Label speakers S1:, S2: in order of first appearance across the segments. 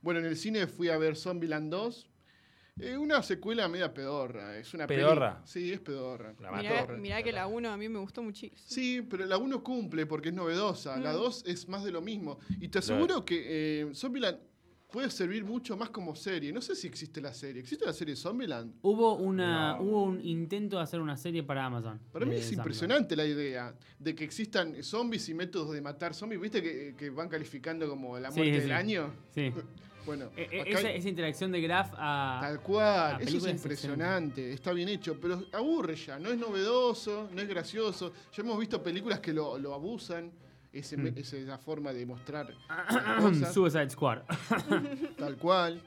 S1: Bueno, en el cine fui a ver Zombieland 2. Eh, una secuela media pedorra. Es una peli-
S2: ¿Pedorra?
S1: Sí, es pedorra.
S2: La
S3: Mirá,
S2: mató.
S3: mirá que la 1 a mí me gustó muchísimo.
S1: Sí, pero la 1 cumple porque es novedosa. La 2 es más de lo mismo. Y te aseguro que eh, Zombieland puede servir mucho más como serie. No sé si existe la serie. ¿Existe la serie Zombieland?
S4: Hubo, una,
S2: No.
S4: hubo un intento de hacer una serie para Amazon.
S1: Para mí
S4: de
S1: es
S4: Sandman.
S1: impresionante la idea de que existan zombies y métodos de matar zombies. ¿Viste que, que van calificando como la
S4: Sí,
S1: muerte
S4: sí,
S1: del
S4: sí.
S1: año?
S4: Sí.
S1: Bueno,
S4: E- e-
S1: Eh, acá
S4: esa,
S1: hay-
S4: esa interacción de Graf a.
S1: tal cual.
S4: la
S1: Eso es
S4: película es
S1: impresionante. Está bien hecho, pero aburre ya. No es novedoso, no es gracioso. Ya hemos visto películas que lo, lo abusan. Ese,
S4: Hmm.
S1: me- esa es la forma de mostrar las cosas.
S4: Suicide Squad.
S1: Tal cual.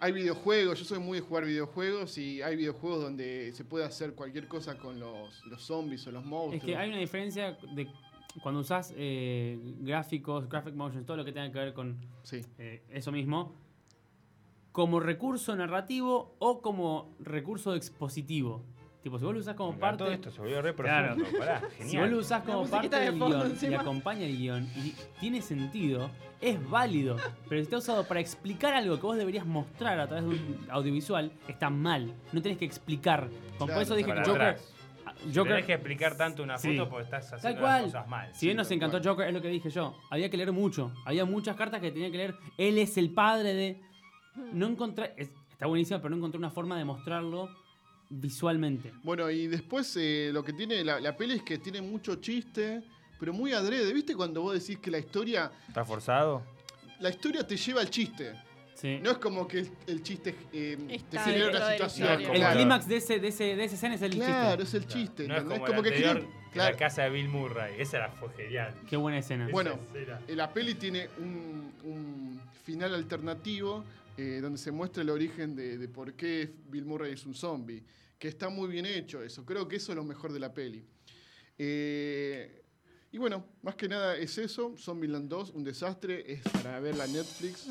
S1: Hay videojuegos, yo soy muy de jugar videojuegos y hay videojuegos donde se puede hacer cualquier cosa con los, los zombies o los monstruos.
S4: Es que hay una diferencia de cuando usás eh, gráficos, graphic motions, todo lo que tenga que ver con
S1: Sí,
S4: eh, eso mismo, como recurso narrativo o como recurso expositivo. Tipo, si vos lo usás como
S2: Mirá,
S4: parte.
S2: Todo esto se volvió re
S4: Claro.
S2: profundo. Pará,
S4: Si vos
S2: genial.
S4: lo usás como parte
S3: musiquita de
S4: del
S3: fondo
S4: guión y
S3: encima.
S4: acompaña el guión y tiene sentido, es válido. Pero si está usado para explicar algo que vos deberías mostrar a través de un audiovisual, está mal. No tenés que explicar. Como
S1: Claro,
S4: por eso dije
S2: Para
S4: que Joker. ah,
S2: atrás.
S4: Joker
S2: Tenés que explicar tanto una
S4: Sí.
S2: foto porque estás haciendo
S4: cual.
S2: las cosas mal.
S4: Si bien
S1: Sí,
S4: nos
S1: tal
S4: encantó
S1: cual.
S4: Joker, es lo que dije yo. Había que leer mucho. Había muchas cartas que tenía que leer. Él es el padre de. No encontré. es- está buenísimo, pero no encontré una forma de mostrarlo visualmente.
S1: Bueno, y después eh, lo que tiene la, la peli es que tiene mucho chiste, pero muy adrede. ¿Viste cuando vos decís que la historia,
S2: ¿Está forzado?
S1: la historia te lleva al chiste?
S4: Sí.
S1: No es como que el, el chiste eh, te
S3: Está
S1: genera
S3: dentro
S1: una
S3: de la
S1: situación.
S2: historia.
S4: el
S2: claro.
S4: clímax de, ese, de, ese, de esa escena es el
S1: Claro,
S4: chiste.
S1: es el chiste.
S2: No es
S1: ¿entendés?
S2: como, el
S1: que
S2: anterior,
S1: genera-
S2: que
S1: claro.
S2: la casa de Bill Murray. Esa era, fue genial.
S4: Qué buena escena.
S2: Esa
S1: Bueno,
S2: escena.
S1: Eh, La peli tiene un, un final alternativo eh, donde se muestra el origen de, de por qué Bill Murray es un zombie. Que está muy bien hecho eso. Creo que eso es lo mejor de la peli. Eh, y bueno, más que nada es eso. Zombieland 2, un desastre. Es para verla en Netflix.